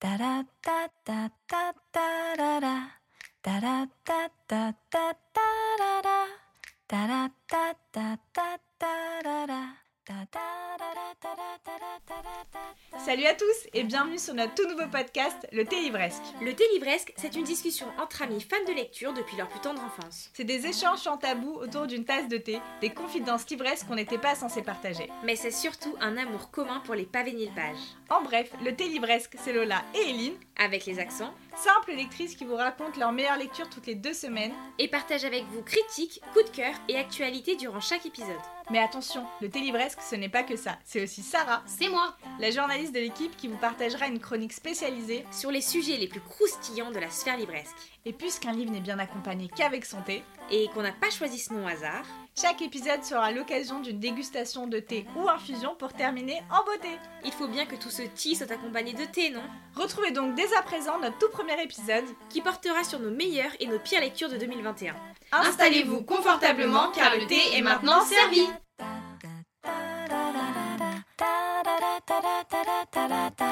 Da da da da da da da da. Da da da da da da da da. Da da da da da da da da. Da da da da da da da da da da. Salut à tous et bienvenue sur notre tout nouveau podcast, le Thé Livresque. Le Télivresque, c'est une discussion entre amis fans de lecture depuis leur plus tendre enfance. C'est des échanges sans tabou autour d'une tasse de thé, des confidences livresques qu'on n'était pas censé partager. Mais c'est surtout un amour commun pour les pavés mille pages. En bref, le Thé Livresque, c'est Lola et Eline, Avec les accents, simples lectrices qui vous racontent leur meilleure lecture toutes les deux semaines. et partage avec vous critiques, coups de cœur et actualités durant chaque épisode. Mais attention, le Thé Livresque, ce n'est pas que ça, c'est aussi Sarah, C'est moi la journaliste de l'équipe qui vous partagera une chronique spécialisée. Sur les sujets les plus croustillants de la sphère livresque. Et puisqu'un livre n'est bien accompagné qu'avec son thé, Et qu'on n'a pas choisi ce nom au hasard, chaque épisode sera l'occasion d'une dégustation de thé ou infusion pour terminer en beauté. il faut bien que tout ce tea soit accompagné de thé, non Retrouvez donc dès à présent notre tout premier épisode. Qui portera sur nos meilleures et nos pires lectures de 2021. Installez-vous confortablement car le thé est maintenant servi Da da da da da da da da da da da da da da da.